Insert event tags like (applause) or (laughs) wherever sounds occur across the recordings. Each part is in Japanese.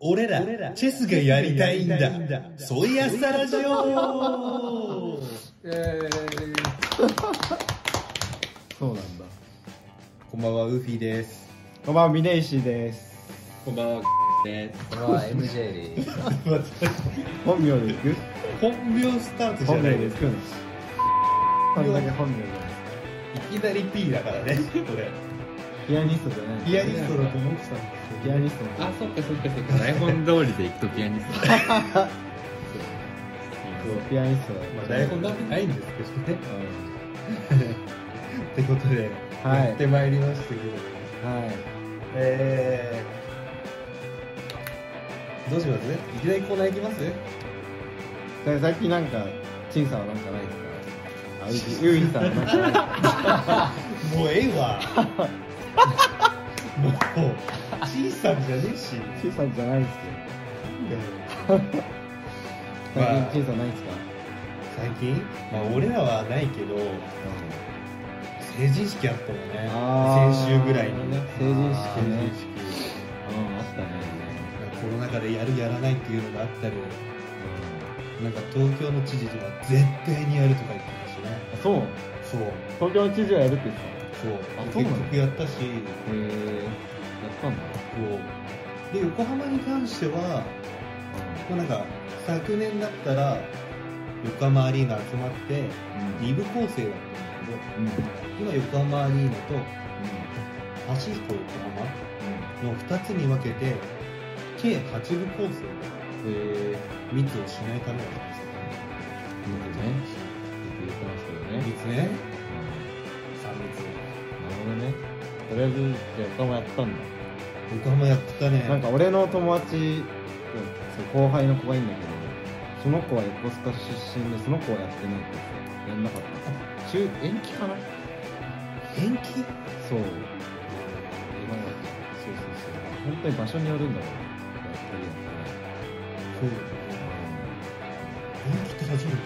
俺らチェスがやりたいんだソイアスタラジ (laughs) オえー、そうなんだこんばんはウーフィーですこんばんは峰岸ですこんばんは、です。これは MJ で本名でいく (laughs) 本名スタートじゃ本な名いででいすくんこんだけ本名なんですいきなり P だからねこれピアニストじゃないピアニストだと思ってたんですピアニスト (laughs) あ、そっかそっかそっか。台本通りで行くとピアニスト。そうピアニストだけどまあ台本なんてないんですけどねうってことで、はいやってまいりましたけどんはいえー、どうしますいきなりコーナー行きますだから最近なんか陳さんはなんかないですかあウ (laughs) イウイさんはなんかないですかもうええ (laughs) わもう小さんじゃねえし陳さんじゃないですよまあ最近陳さんないですか最近まあ俺らはないけど成人式あったよねあー先週ぐらいにね成人式成ね人式うんあったねコロナ禍でやるやらないっていうのがあったりなんか東京の知事は絶対にやるとか言ってましたねあそうそう東京知事はやるって言ってたそうあそうな結の局やったしへえやったんだそうで横浜に関してはまあなんか昨年だったら横浜アリーナ集まって2部構成だったんだうんうんけど今横浜アリーナとパシフィコ横浜の2つに分けて計8部構成うんへえ密をしないためなんですいいね言ってましたよねよ密ねう3密んなるほどねとりあえずじゃあ他もやったんだ横浜やってたねなんか俺の友達そう後輩の子がいいんだけどその子は横須賀出身でその子はやってないって言ってたやんなかった中延期かな延期そう今だったそうそうそう本当に場所によるんだろうねやったりやっそうただねない延期って初めて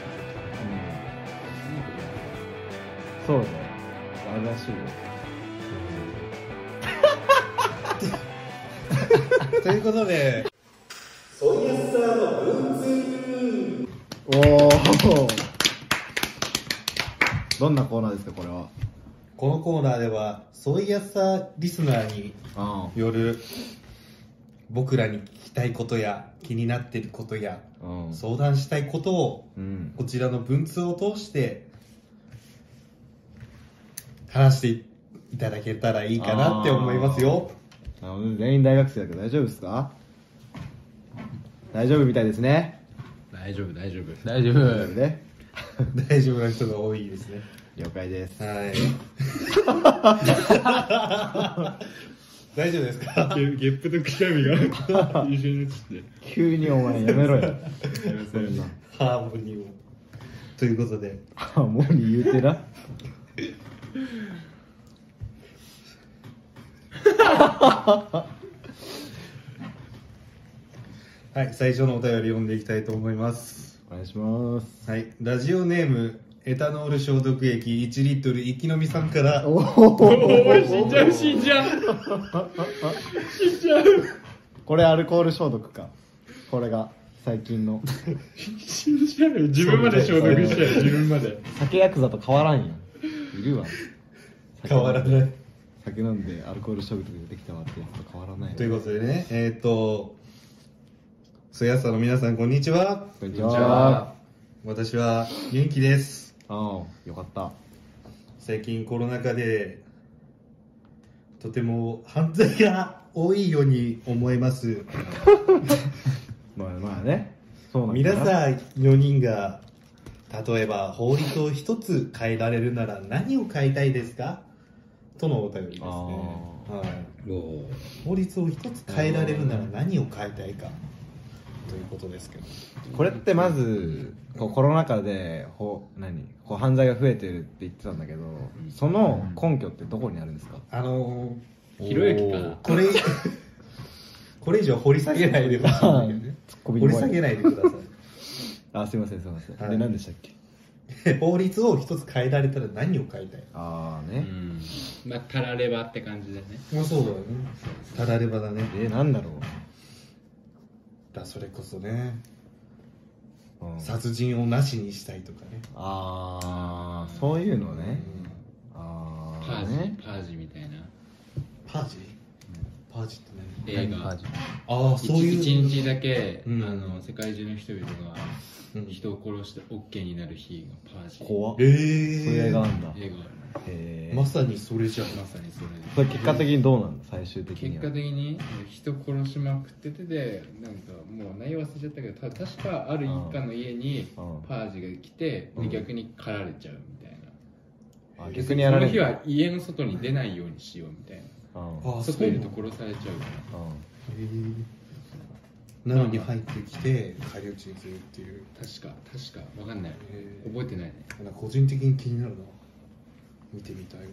うんそうだよ。あれらしいよ。ということで (laughs) おお。どんなコーナーですか、これは。このコーナーではソイヤサリスナーにあよる僕らに聞きたいことや気になってることやあ。うん。相談したいことをうん。こちらの文通を通して話していただけたらいいかなって思いますよなるほど全員大学生だけど大丈夫ですか大丈夫みたいですね。大丈夫、大丈夫。大丈大丈夫夫。ね。大丈夫な人が多いですね了解です。はい大丈夫ですかゲゲップとくしゃみが一緒に映って。急にお前やめろよ。そんな。ハーモニーをということでハーモニー言うてな。はい最初のお便り読んでいきたいと思いますお願いします。はい、ラジオネームエタノール消毒液1リットル生きのみさんからおお。おい、死んじゃう、死んじゃう。死んじゃう。これアルコール消毒か。これが最近の。死んじゃうよ。自分まで消毒しちゃうよ、自分まで。酒ヤクザと変わらんやんいるわ変わらない酒飲んでアルコール消毒でできたわってやつと変わらないということでねえっ、とそやさの皆さんこんにちはこんにちじはあ、私は元気ですああよかった最近コロナ禍でとても犯罪が多いように思えますまあまあねそうなん皆だなさん4人が例えば法律を一つ変えられるなら何を変えたいですかとのお便りですね、あーはいお法律を一つ変えられるなら何を変えたいかということですけどこれってまずこうコロナ禍でほ何こう犯罪が増えてるって言ってたんだけどその根拠ってどこにあるんですかあのー、ひろゆきかな (laughs) これこれ以上掘り下げないでほしいんだけどねツッコ掘ミのり前下げないでくださあすいませんすいません、はいで何でしたっけい (laughs) 法律を一つ変えられたら何を変えたいああうね、ん。まあ、たらればって感じだね。まあそうだよねたらればだねえなんだろうだそれこそねうん殺人をなしにしたいとかねああそういうのうねんあパあージ、ねパージみたいなパージパージって何映パー画ジああそういう一一日だけ、うんあの世界中の人々がうん人を殺して OK になる日がパージ怖っえそうー、いう映画なんだへ映画えまさにそれじゃんまさにそれそれ結果的にどうなんだ最終的結に果は的に人殺しまくっててでなんかもう内容忘れちゃったけどた確かある一家の家にうんパージが来てうでん逆に狩られちゃうみたいなあ逆にやられその日るは家の外に出ないようにしようみたいうんあなあそう外いるとへ殺されちゃうからえなのに入ってきて返り討ちにするっていう確か確かわかんないえ覚えてないね、ーなんか個人的に気になるな見てみたいわ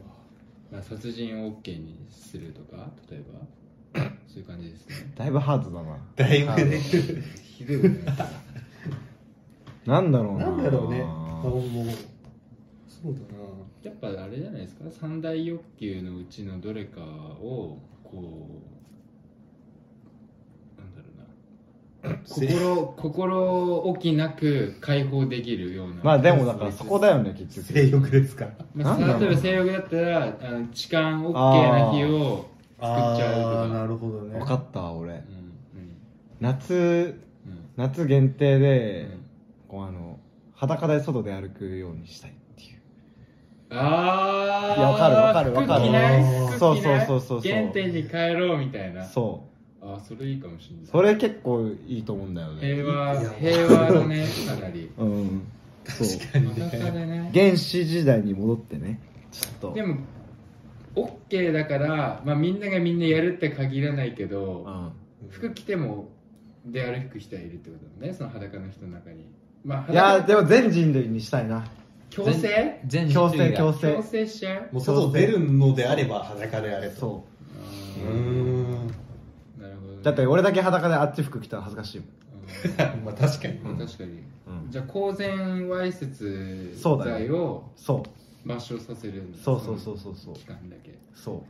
まあ、殺人を OK にするとか例え (laughs) ばそういう感じですねだいぶハードだなだいぶねひどいよねなんだろうな (laughs) なんだろうねあもうそうだなやっぱあれじゃないですか三大欲求のうちのどれかをこうなんだろうな心心置きなく解放できるようなまあでもだからそこだよね結性局欲ですかまあなんだろう例えば性欲だったらあの痴漢 OK な日を、作っちゃうとかあーなるほどね分かった俺うん夏うんうん夏限定うでん、こうあの裸で外で歩くようにしたいっていうあーいやわかるわかるわかる服着ない服着ないそうそうそうそうそう原点に帰ろうみたいなそあーそれいいかもしれなういそれ結構いいと思うんだよね平和いや平和のねかなりうんそう裸でね原始時代に戻ってねちょっとでも OK だから、まあ、みんながみんなやるって限らないけうどん服着ても出歩く人はいるってことだもんねその裸の人の中にまあいや裸ーでも全人類にしたいな強制全強制強強制強制しちゃうもう外出るのであれば裸であれそうんーんなるほどね、うだって俺だけ裸であっち服着たら恥ずかしいもんまあ確かにうん確かに、うんじゃあ公然わいせつそうだ罪をそ抹消させるんうだそうそうそうそうそう期間だけそ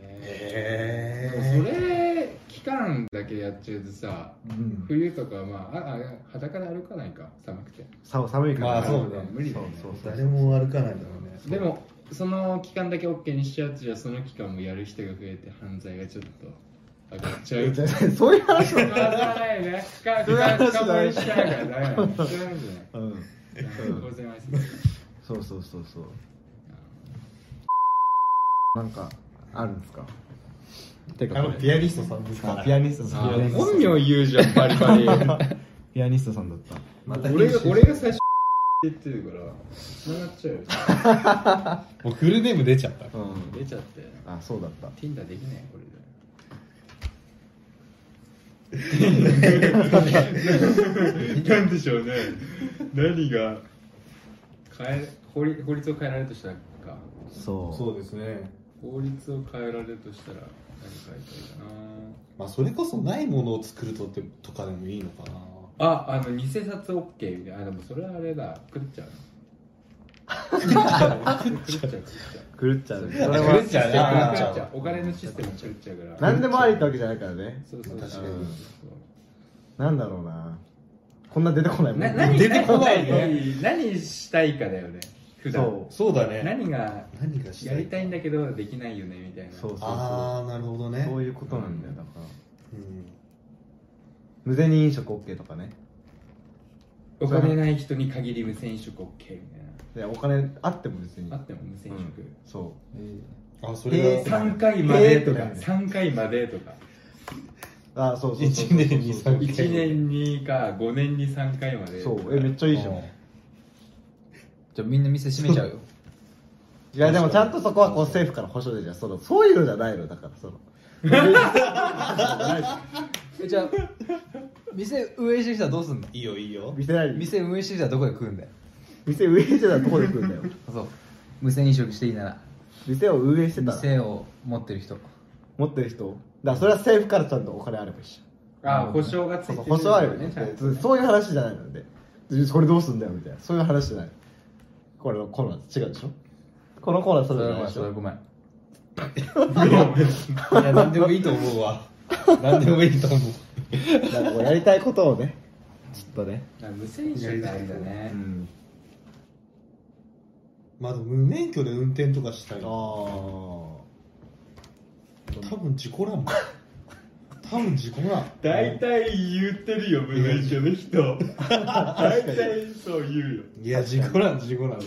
へそれ期間だけやっちゃうとさう、うん、冬とかはまあああ裸で歩かないか寒くてさ寒いからまあそうだね無理だそうよねそうそう誰も歩かないんだろうねでもその期間だけ OK にしちゃうとじゃあその期間もやる人が増えて犯罪がちょっと上がっちゃう (laughs) そういう話仕方ないね深そういう話深だね深掘りしちゃうからダメなのそういう話じゃないうんうん当然愛するそうそうそうそうなんかあるんですかてかあこのれピアニストさんですからあピアニストさんあピアニストさ本ん名言うじゃんバリバリピアニストさんだったまた俺が俺が最初言ってるからつながっちゃうよもうフルネーム出ちゃったうん出ちゃってあそうだった Tinder できないこれで (laughs) なんでしょうね何が変え法律法律を変えられるとしたらかそうそうですね法律を変えられるとしたら何変えたいかまあそれこそないものを作るとってとかでもいいのかななああの偽札 OK みたいなあでもそれはあれだ食っちゃうな食っちゃう食っちゃう狂っちゃうねそれ狂はっちゃうな食っちゃうお金のシステム食っちゃうから何でもありってわけじゃないからねそうそう確そかうになんだろうなこんな出てこないもんな何出てこないね何何したいかだよね普段そうそうだね何が何がしたやいりたいんだけどできないよねみたいなそうそうそああなるほどうねそういうことなんだよだからうん無銭飲食 OK とかねお金ない人に限り無銭飲食 OK みたいでお金あっても別になあっても無う銭飲ん食、そあそえれーが3回までとえか、ーとか3回までとかうあそうそうそう一年に三回1年にか5年に3回までそうえめっちゃいいじゃんうんじゃあみんな店閉めちゃうよいやでもちゃんとそこはこう政府から保証でじゃんそのそういうのじゃないのだからその (laughs) えじゃあ店運営してる人はどうすんのいいよいいよ店ない店運営してる人はどこで食うんだよ店運営してたらどこで来るんだよあそう無銭飲食していいなら店を運営してたら店を持ってる人持ってる人だからそれは政府からちゃんとお金あれば一緒あ保証がついてそうるそう保証あるよねねちゃんとそういう話じゃないのででこれどうすんだよみたいなそういう話じゃないこれのコーナー違うでしょこのコーナーそれじゃないでしそれはょごめん (laughs) いや、なんでもいいと思うわ。なんでもいいと思う。なんかこうやりたいことをねちょっとね、あ (laughs) 無選手ってあれだねん、まあでも無免許で運転とかしたあいあ多分事故ら (laughs) んもん多分事故らん大体言ってるよ無免許の人大体そう言うよいや事故ら (laughs) ん事故らん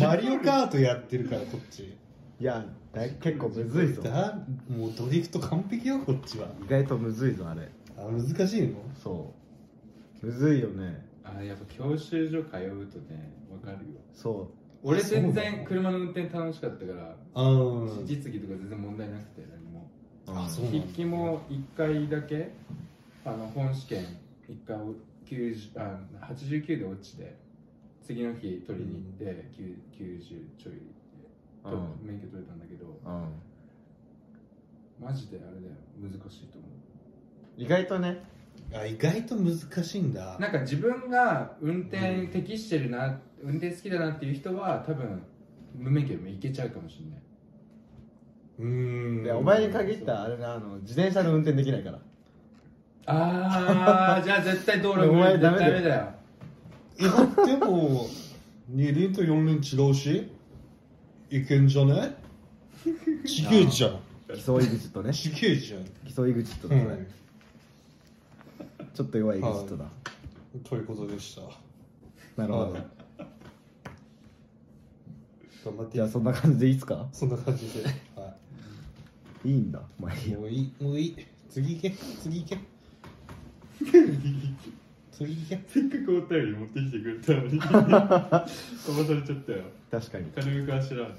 マリオカートやってるからこっちいやだ結構むずいぞだもうドリフト完璧よこっちは意外とむずいぞあれあ難しいのそうむずいよねあやっぱ教習所通うとねわかるよそ俺全そうな然の車の運転楽しかったからうん実技とか全然問題なくて何もうあそう筆記も1回だけあの本試験1回お90あ89で落ちて次の日取りに行って、きゅう90ちょいでう取ん免許取れたんだけどうんマジであれだよ難しいと思意外とねあ意外と難しいんだうなんか自分が運転適してるな、運転好きだなっていう人は多分無免許でもいけちゃうかもしれない、うーんでお前に限ったあれなあの自転車の運転できない (laughs) からああじゃあ絶対道路お前無理ダメだよ絶対だいよやでも2輪と4輪違うしいけんじゃねちげえじゃん偽装井口とねちげえじゃん、偽装井口とうだね、ん、ちょっと弱い井口とだ、ということでしたなるほど、はい頑張ってじゃあそんな感じでいいっすかそんな感じで、はいいんだまあいいい、やもういいもういい次行け次行け次行けせっかくお便り持ってきてくれたの (laughs) に飛ばされちゃったよ確かに軽くあしらん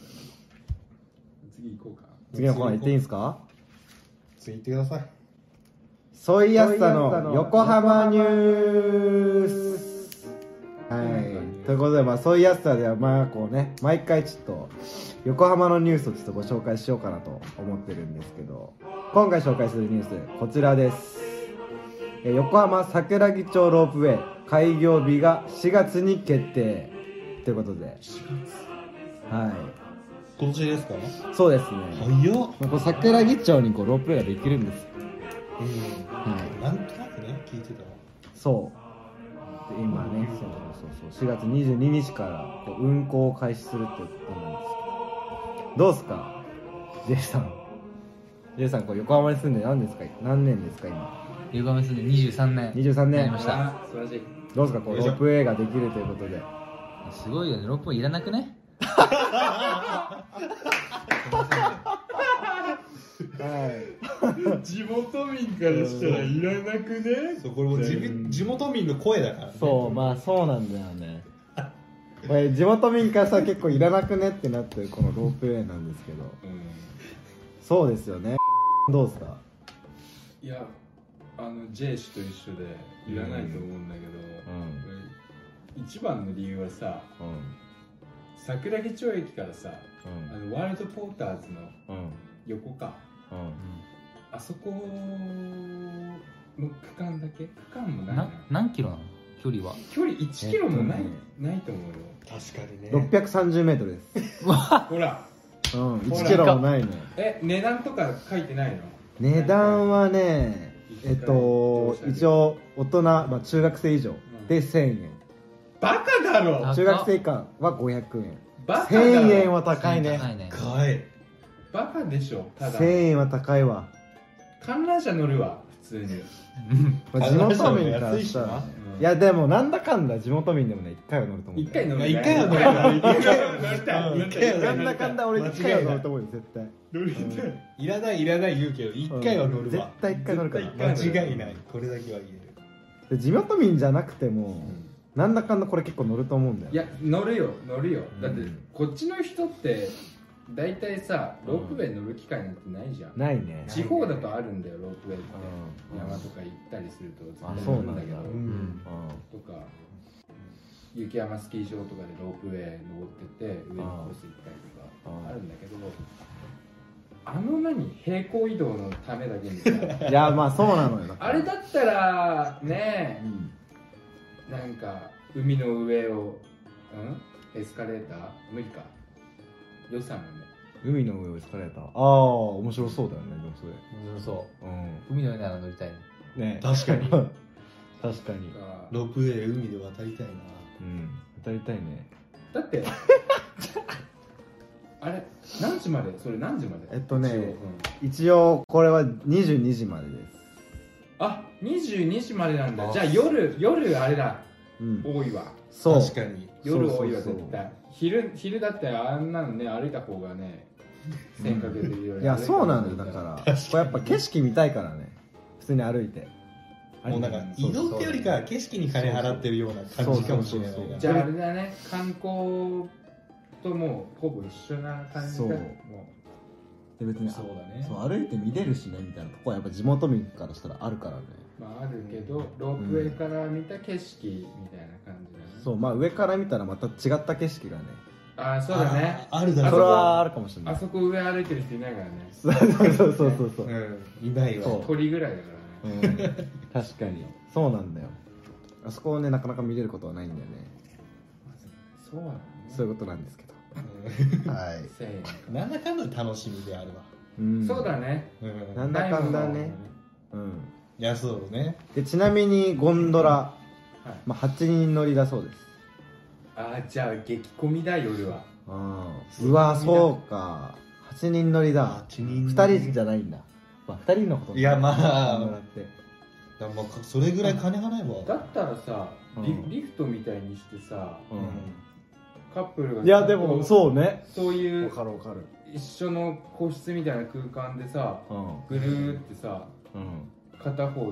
次行こうか次のコーナー行っていいんすか次行ってくださいソイヤッサの横浜ニュースはい、ということで、まあ、ソイヤッサでは、まあ、こうね、毎回ちょっと、横浜のニュースをちょっとご紹介しようかなと思ってるんですけど、今回紹介するニュース、こちらです。えー横浜桜木町ロープウェイ、開業日が4月に決定。ということで、は今年ですかい、そうですね。早っまあこう桜木町にこうロープウェイができるんです。うはいんなんとなくね聞いてたわそうで今ねそうそうそうそう4月22日からこう運行を開始するってことなんですけどどうすか J さん J さんこう横浜に住んで何ですか何年ですか今横浜住んで23年23なり年ましたあー素晴らしいどうですかこうよロいしょープウェイができるということですごいよね6本いらなくねはい地元民からしたらいらなくねそうこれも地うん地元民の声だからねそうまあそうなんだよね (laughs) これ地元民からさ結構いらなくねってなってるこのロープウェイなんですけどうんそうですよねどうですかいやあの J 氏と一緒でいらないと思うんだけど、ん俺一番の理由はさ桜木町駅からさあうんのワールドポーターズうのん横かうんあそこの区間だけ区間もないなな何キロなの距離は距離1キロもない、えっとねないと思うよ確かにね6 3 0ルでほらす、うん、ほら1キロもないのよえ値段とか書いてないの値段はねえっと一回一応大人、まあ、中学生以上で1000円バカだろ高っ中学生以下は500円バカだろ1000円は高いね高いねかいバカでしょただ1000円は高いわ、観覧車乗るわ普通にうんまあ、地元民からしたらねうんいやでもなんだかんだ地元民でもね1回は乗ると思う一回乗いるやね一回は乗りたい一回は乗りたいうん一回なはん乗だりたかいんだ俺1回は乗ると思うよ絶対乗りたいいらないいらない言うけど一回は乗うんる絶わ対1回乗るか絶ら対一回は乗る間違いないこれだけは言えるで地元民じゃなくてもうんなんだかんだこれ結構乗ると思うんだよいや乗るよ乗るよだってうんこっちの人って大体さロープウェイ乗る機会なんてないじゃんないね地方だとあるんだよロープウェイってうん山とか行ったりすると絶あ対そう乗なんだるんだけどううんとか雪山スキー場とかでロープウェイ登ってて上のコース行ったりとあかああるんだけどあの何平行移動のためだけに (laughs) さいやまあそうなのよあれだったらねうんなんか海の上を、うん、エスカレーター無理か予算がね海の上をエスカレーターああ面白そうだよねでもそれ面白そううん海の上なら乗りたいねね確かに (laughs) 確かにかロープウェイ海で渡りたいなうん当たりたいね (laughs) だってあれ何時までそれ何時までえっとね一応うん一応これは22時までですあ22時までなんだあじゃあ夜夜あれだうん多いわそう確かに夜多いわそうそうそう絶対昼昼だってあんなのね歩いた方がねせっかくでいいやそうなんだよだらからこれやっぱ景色見たいからね普通に歩いてもうなんか移動ってよりかは景色に金払ってるような感じかもしれないそうそうそうなじゃああれだね観光ともうほぼ一緒な感じだそうもで別にそうだねそう歩いて見れるしねみたいなとこはやっぱ地元民からしたらあるからねまああるけどロープウェイから見た景色みたいな感じだね、そうまあ上から見たらまた違った景色がねああそうだねああるそだれろうはあるかもしれなあいそこ上歩いてる人いないからねそうそうそうそうそう、うんいないそわう鳥ぐらいだからねうん、確かにそうなんだよあそこをねなかなか見れることはないんだよねそうだねそういうことなんですけどはい、せーのうんなんだかんだ楽しみであるわうん、そうだねうんなんだかんだねないものはうんいやそうねでちなみにゴンドラ、はいまあ、8人乗りだそうですああじゃあ激混みだ夜はあーうわそうか8人乗りだ8人2人じゃないんだ、まあ、2人のこといやまあゴンドラってだからまあかそれぐらい金払えだばったらさリ,、うんリフトみたいにしてさううんカップルがいやでもうそうねそういうるわかる一緒の個室みたいな空間でさうんぐるーってさうん片方1212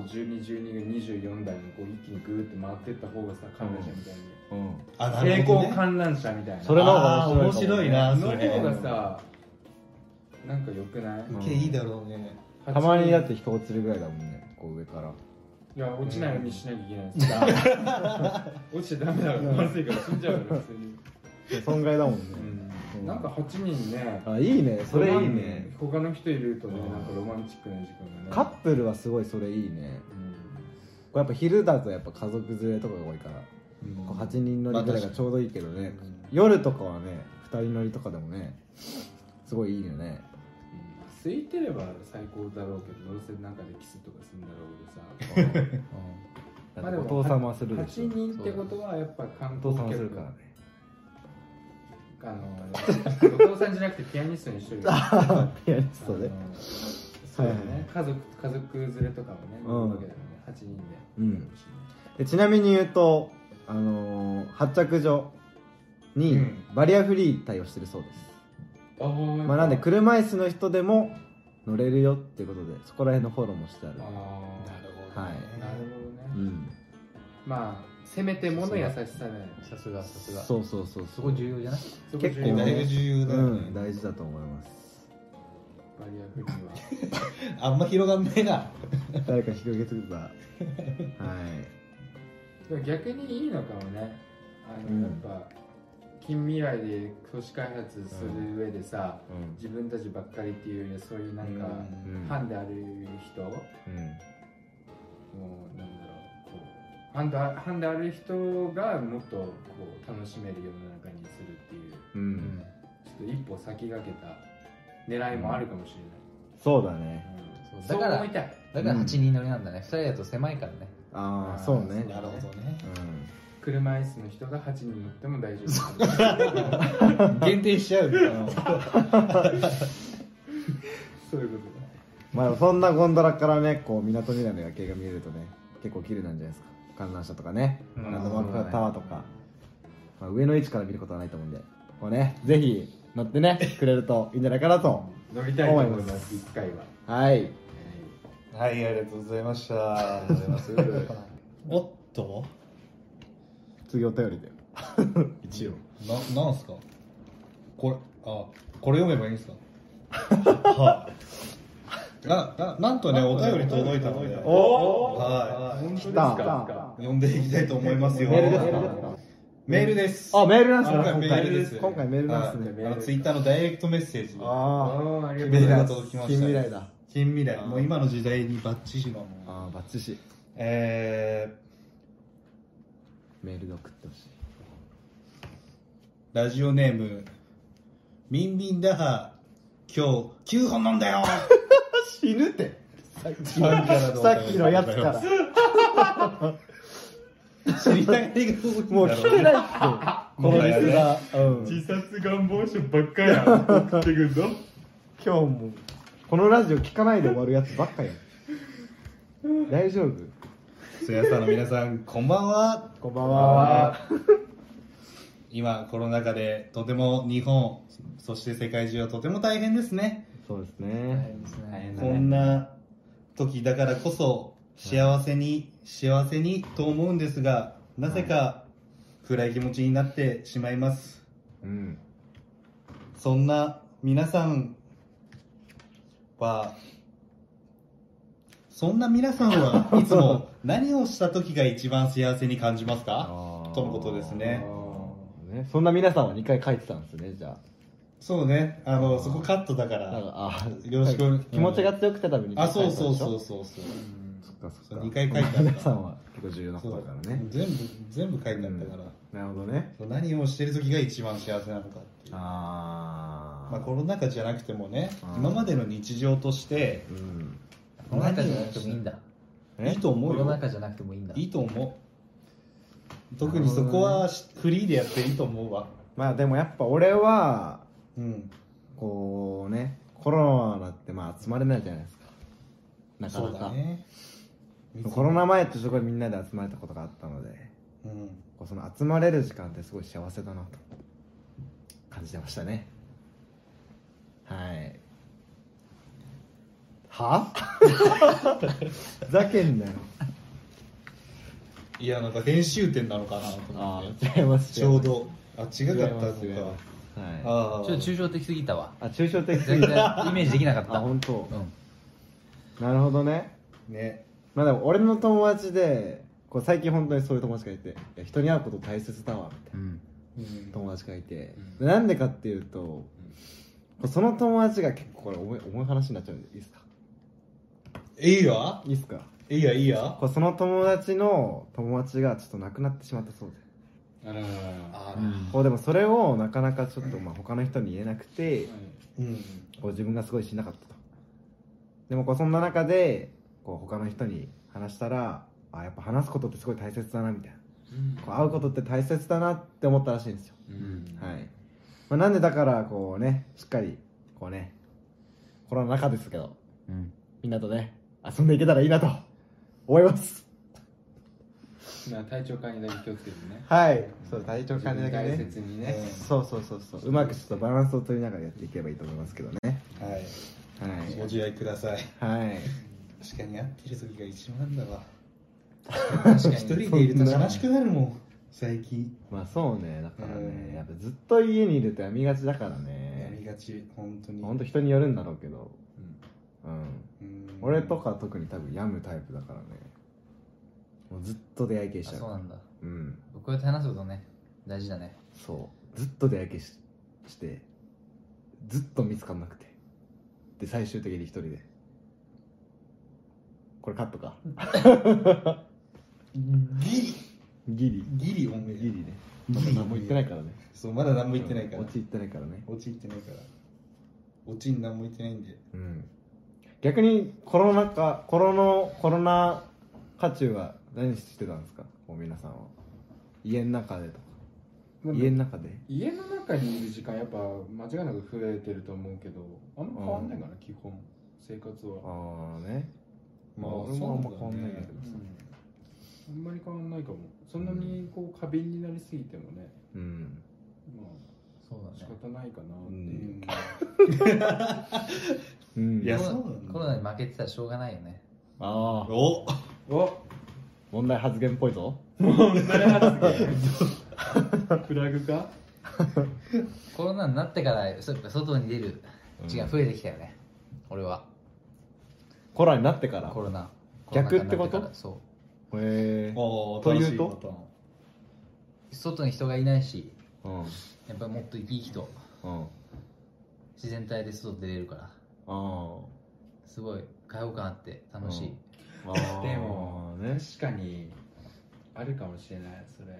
が24台にこう一気にぐーって回ってった方がさ観覧車みたいに、うんあな成るほど功ね観覧車みたいなそれのあ方ーが面面白白いいかもねなのそれ方がさなんか良くないん受けいいだろうねたまにだって人を釣るぐらいだもんねこう上からいや落ちないようにしなきゃいけ (laughs) ないです落ちちゃダメだろまずいから死んじゃうから普通に、損害だもんね、うんなんか8人ねあいいねそれいいね他の人いるとねうんなんかロマンチックな時間がねカップルはすごいそれいいねこれやっぱ昼だとやっぱ家族連れとかが多いから、うんこう8人乗りぐらいがちょうどいいけどね、うん夜とかはね2人乗りとかでもねすごいいいよねうん空いてれば最高だろうけどどうせなんかでキスとかするんだろうけどさだってお父さんもするでしょ8人ってことはやっぱ観お光父さんもする客から (laughs) ねあのお父さんじゃなくてピアニストにしてるいや (laughs) そうねあのそうだね、はいはい家族家族連れとかもね、うんいるわけだよね8人で、うんでちなみに言うと、あのー発着所にうんバリアフリー対応してるそうです、あーまあ、なんで車椅子の人でも乗れるよっていうことでそこら辺のフォローもしてあるあーなるほはいなるほどね、うんまあせめてもの優しさだよねさすがさすがそうそうそうそこ重要じゃないそこ結構重要だだいよぶね重要だうよんね大事だと思いますバリアフリーはあんま広がんねえな誰か広げてくれたはいでも逆にいいのかもねあの、うんやっぱ近未来で都市開発する上でさ、うん自分たちばっかりっていうよりはそういうなんか、うんうんファンである人もうんうなんだろうこうファンでファンである人がもっとこう楽しめる世の中にするっていうううんんちょっと一歩先駆けた狙いもあるかもしれそうだねない、そううんだかそらう思いたいだから8人乗りなんだね2人だと狭いからねあああーそうねなるほどね車椅子の人が8人乗っても大丈 (laughs) 夫限定しちゃううんうんそういうことだ (laughs) まあそんなゴンドラからねこう港未来の夜景が見えるとね結構綺麗なんじゃないですか観覧車とかねうんランドマークタワーとか、まあ、上の位置から見ることはないと思うんでこうねぜひ乗ってねくれるといいんじゃないかなと乗りたいと思います1回は、はいはいありがとうございましたありがとうございますおっと次お便りだよ一応ななんすかこれあこれ読めばいいんですか (laughs) はいなななんとねお便り届いたのでおおは本当です来かたあい読んでいきたいと思いますよメールですかメールですあメールなんす今ね回メールです今回メールなんすねメールあのツイッターのダイレクトメッセージでああありメがーとうごルがざいま届すきまあした近未来だ近未来もう今の時代にバッチリのああバッチシえーメールで送ってほしいラジオネームミンミンダハ今日9本飲んだよ (laughs) 死ぬってさっきさのさっきのやつから。知りたいが多いんだろうねもう聞けないって、このリスが。うん自殺願望症ばっかやん送ってくんぞ今日もこのラジオ聞かないで終わるやつばっかやん大丈夫すやさんの皆さんこんばんはこんばんは今コロナ禍でとても日本そして世界中はとても大変ですねそうです大ね変ですねこんな時だからこそ幸せに幸せにと思うんですがなぜか暗い気持ちになってしまいますうんそんな皆さんはそんな皆さんはいつ (laughs) も何をした時が一番幸せに感じますかあとのことですねねそんな皆さんは2回書いてたんですねじゃそうねあのそこカットだかあなんからあよろしくはい気持ちが強くてためにあそうそうそううそうそうそっかそっそうか二回書いてあ (laughs) った皆さんは結構重要なことだからね全部全部書いてあったから、なるほどねそう何をしてる時が一番幸せなのかっていうあーまあ、コロナ禍じゃなくてもねあー今までの日常としてうんコロナ禍じゃなくてもいいんだいいと思コうロナよ禍じゃなくてもいいんだいいと思う特にそこはしフリーでやっていいと思うわまあでもやっぱ俺はうんこうねコロナってまあ集まれないじゃないですかなかそうなだか、ねコロナ前ってそこでみんなで集まれたことがあったのでうんこうその集まれる時間ってすごい幸せだなと感じてましたねはいは (laughs) ふざけんなよいやなんか編集点なのかなとあ思ってあ違いますちょうどあ違かった違いまとす違いかますはいああちょっと抽象的すぎた (laughs) わあ抽象的す全ぎ然イたメージできなかったあ本当、うんなるほどねねまあでも俺の友達でこう最近本当にそういう友達がいていや人に会うこと大切だわみたいうんうんな友達がいてうでな、んでかっていうと、こうその友達が結構これ重い重い話になっちゃうんでいいですかいいわいいですかいいやいいやこうその友達の友達がちょっと亡くなってしまったそうで、あららららあこうでもそれをなかなかちょっとまあ他の人に言えなくて、うんこう自分がすごいしなかったとでもこうそんな中でこう他の人に話したらあやっぱ話すことってすごい大切だなみたいなこう会うことって大切だなって思ったらしいんですよ、うんはいまあ、なんでだからこうねしっかりこうねコロナ禍ですけどうんみんなとね遊んでいけたらいいなと思いますまあ体調管理だけ気をつけてねはいそう体調管理だけ自分ね大切にねそうそうそうそううまくちょっとバランスを取りながらやっていけばいいと思いますけどねはいごは自愛くださいいはい確かに会ってる時が一番だわ確かに一人でいると悲しくなるもん最近まあそうねだからうんねやっぱずっと家にいると病みがちだからやりねがち本当にほんと人によるんだろうけどうんうんうん俺とか特に多分病むタイプだからねもうずっと出会い系しあちゃうそうなんだうんこうやって話すことね大事だねそうずっと出会い系ししてずっと見つかんなくてで最終的に一人でこれカットかギリギリギリおめギリねギまリだ何も言ってないからねそうまだ何も言ってないから落ち言ってないからね落ちってないから落ちに何も言ってないんでうん逆にコロナ禍コロナコロナ渦中は何してたんですかこう皆さんは家の中でとかまあ家の中で家の中にいる時間やっぱ間違いなく増えてると思うけどあんま変わんないかな、基本生活は、ああねまあ俺もあんまそうだね変わんないんだけうどさん、あんまり変わんないかもそんなにこう過敏になりすぎてもねうんまそうあ仕だね方ないかなってういう、んうんいやコロそうなんだコロナに負けてたらしょうがないよねああおお問題発言っぽいぞ (laughs) フラグかコロナになってからそうか外に出るうん違う増えてきたよね俺はコロナになってからコロナ逆コロナ禍になかっらてことそへえおというとう外に人がいないしうんやっぱりもっと生き生きとうん自然体で外出れるからあーすごい開放感あって楽しい、あーでもね確かにあるかもしれないそれ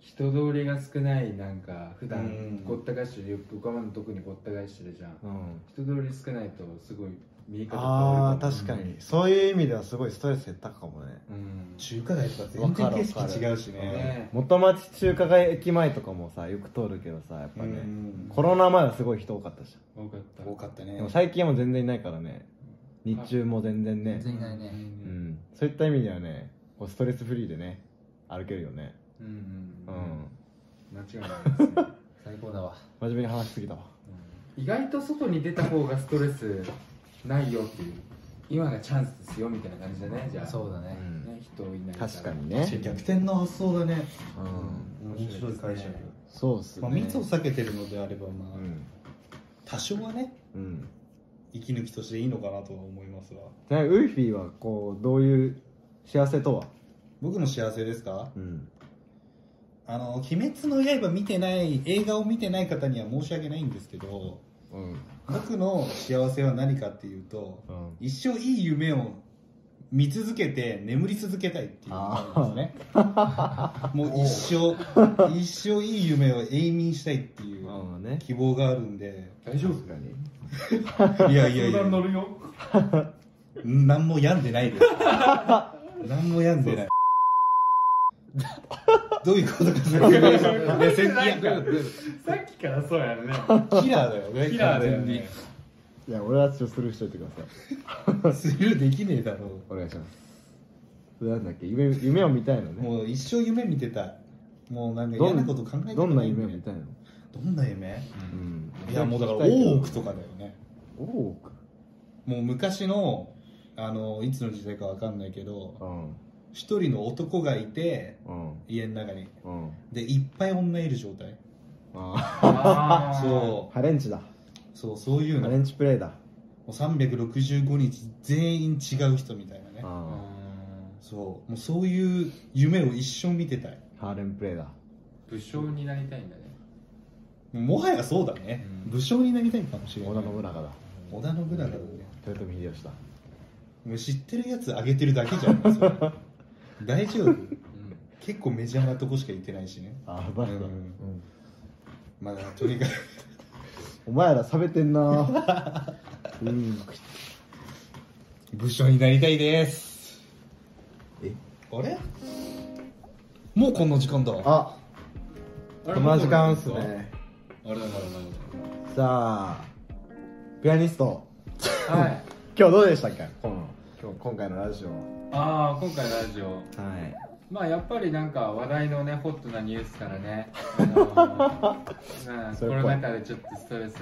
人通りが少ないなんか普う段んごった返してるよく我慢特にごった返してるじゃんうん、人通り少ないとすごい見え方変わあるあも確かに、そういう意味ではすごいストレス減ったかもねうん中華街とかわ全か然る景色違うしねね元町中華街駅前とかもさよく通るけどさやっぱうね、んコロナ前はすごい人多かったじ多かった多かったゃんねでも最近はもう全然いないからね日中も全然ね、全然いないねうねん、そういった意味ではねこうストレスフリーでね歩けるよねうんうんう、うんん間違いないですね最高だわ真面目に話しすぎたわ意外と外に出た方がストレスないよっていう今がチャンスですよみたいな感じだねじゃあそうだね、うんね人いないから確かに確かにね、逆転の発想だねうん、面白い解釈そうっすね、まあ密を避けてるのであればまうあん、多少はねうん、息抜きとしていいのかなとは思いますがじゃあウルフィはこうどういう幸せとは僕の幸せですかうんあの「鬼滅の刃」見てない映画を見てない方には申し訳ないんですけどうん僕の幸せは何かっていうとうん一生いい夢を見続けて眠り続けたいっていうのがあるんですねもう一生一生いい夢を永眠したいっていうまあね希望があるんで大丈夫かにいやいやいや相談乗るよ何も病んでないです何も病んでないどういうことか説明いや説明 (laughs) さっきからそうや (laughs) ねキラーだよねキラーだよ完全ねにいや俺はちょっとスルーしといてくださスいルーできねえだろお願いしますなんだっけ夢夢を見たいのうねもう一生夢見てたいもうなんか嫌なこと考えてどんな夢を夢見たいのどんな夢うんいやもうだから聞きたいけど大奥とかだよね大奥もう昔のあのいつの時代かわかんないけどうん一人の男がいてうん家の中にうんでいっぱい女いる状態ああーそハレンチだうそうそういうハのレンチプレイだもう365日全員違う人みたいなねうんあそうもうそういう夢を一生見てたいあハーレンプレイだ武将になりたいんだねもはやそうだね、うん武将になりたいかもしれない織田信長だ織田信長だね豊臣秀吉だもう知ってるやつあげてるだけじゃ (laughs) んそれ大丈夫結構メジャーなとこしか行ってないしねああバレた、ううんん、まあとにかくお前ら冷めてん (laughs) なうん武将になりたいですえあれもうこんな時間だああこの時間っすねあれあれあれさあピアニストはい今日どうでしたっけこの今日今回のラジオああ今回のラジオはいまあやっぱりなんか話題のねホットなニュースか (laughs) らね、あのーまあ、そコれっぽいロナ禍でちょっとストレス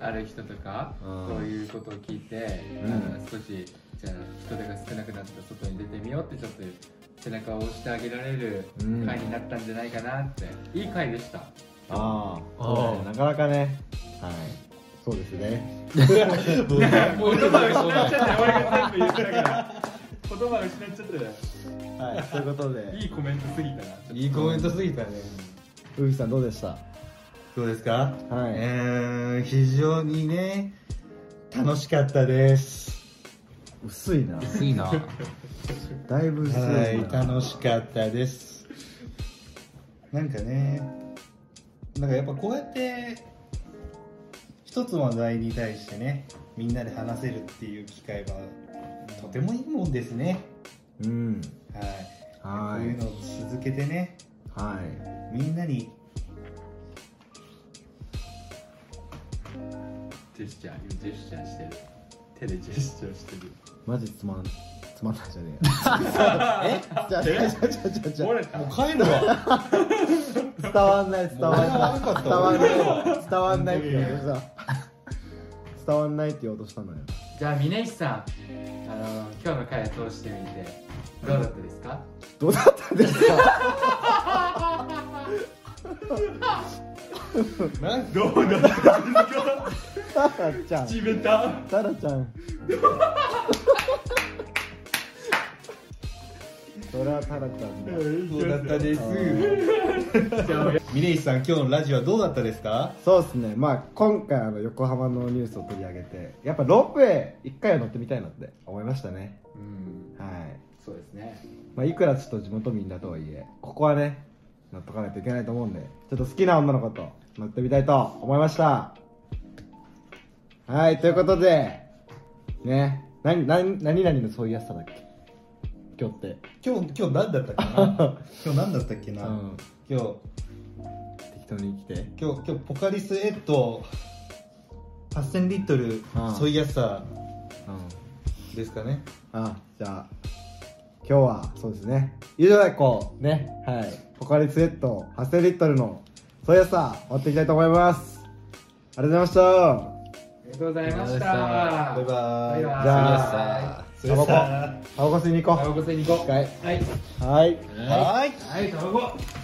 ある人とかうんそういうことを聞いて、うんあの少しじゃあ人手が少なくなった外に出てみようってちょっと背中を押してあげられるうん回になったんじゃないかなって、いい回でしたあああーそうねなかなかねはいそうですねもう言葉失っちゃって俺が全部言ったから言葉失っちゃっはい (laughs) ということでいいコメントすぎたなちょっといいコメントすぎたねウフさんどうでしたどうですかはいえー非常にね楽しかったです薄いな薄いなだいぶ薄いな、はい楽しかったですなんかねなんかやっぱこうやって一つの話題に対してねみんなで話せるっていう機会はとてもいいもんですねうんはい、はこういういのを続けてねはいみんなにジェスチャージェスチャーしてる手でジェスチャーしてるマジつまんつまんないじゃね (laughs) ええじゃあじゃあじゃあじゃあじゃあれた帰る (laughs) わ伝わんない伝わんないもう伝わんない俺伝わんないって言おうとした伝わんないって言おうとしたのよじゃあ峰岸さんあの今日の回を通してみてどうだったで (laughs) すかどうだったんですかなんどうだったタラちゃんめたタラちゃんそれはタラちゃんだどうだったですじゃあ峰岸さん今日のラジオはどうだったですかそうですねまあ今回あの横浜のニュースを取り上げてやっぱロープウェイ一回は乗ってみたいなって思いましたねうんはいそうですねまあ、いくらちょっと地元民だとはいえここはねなっとかないといけないと思うんでちょっと好きな女の子となってみたいと思いましたはいということでね何何何々のそういうやつさだっけ今日って今日今日何だったっ (laughs) けな今日何だったっけな、うん今日適当に生きて今日今日ポカリスエット8000リットルうんソイヤサうんーですかねあじゃあ今日はそうですね以上でこうねはいポカリスエット8000リットルのそういうやつさ終わっていきたいと思いますありがとうございましたりがとうございましあバイたバーイバイバイじあゃさソイタヤバコサタバコ吸いに行こタバコ吸いに行こう一回うはいはいあーはーいはいタバコ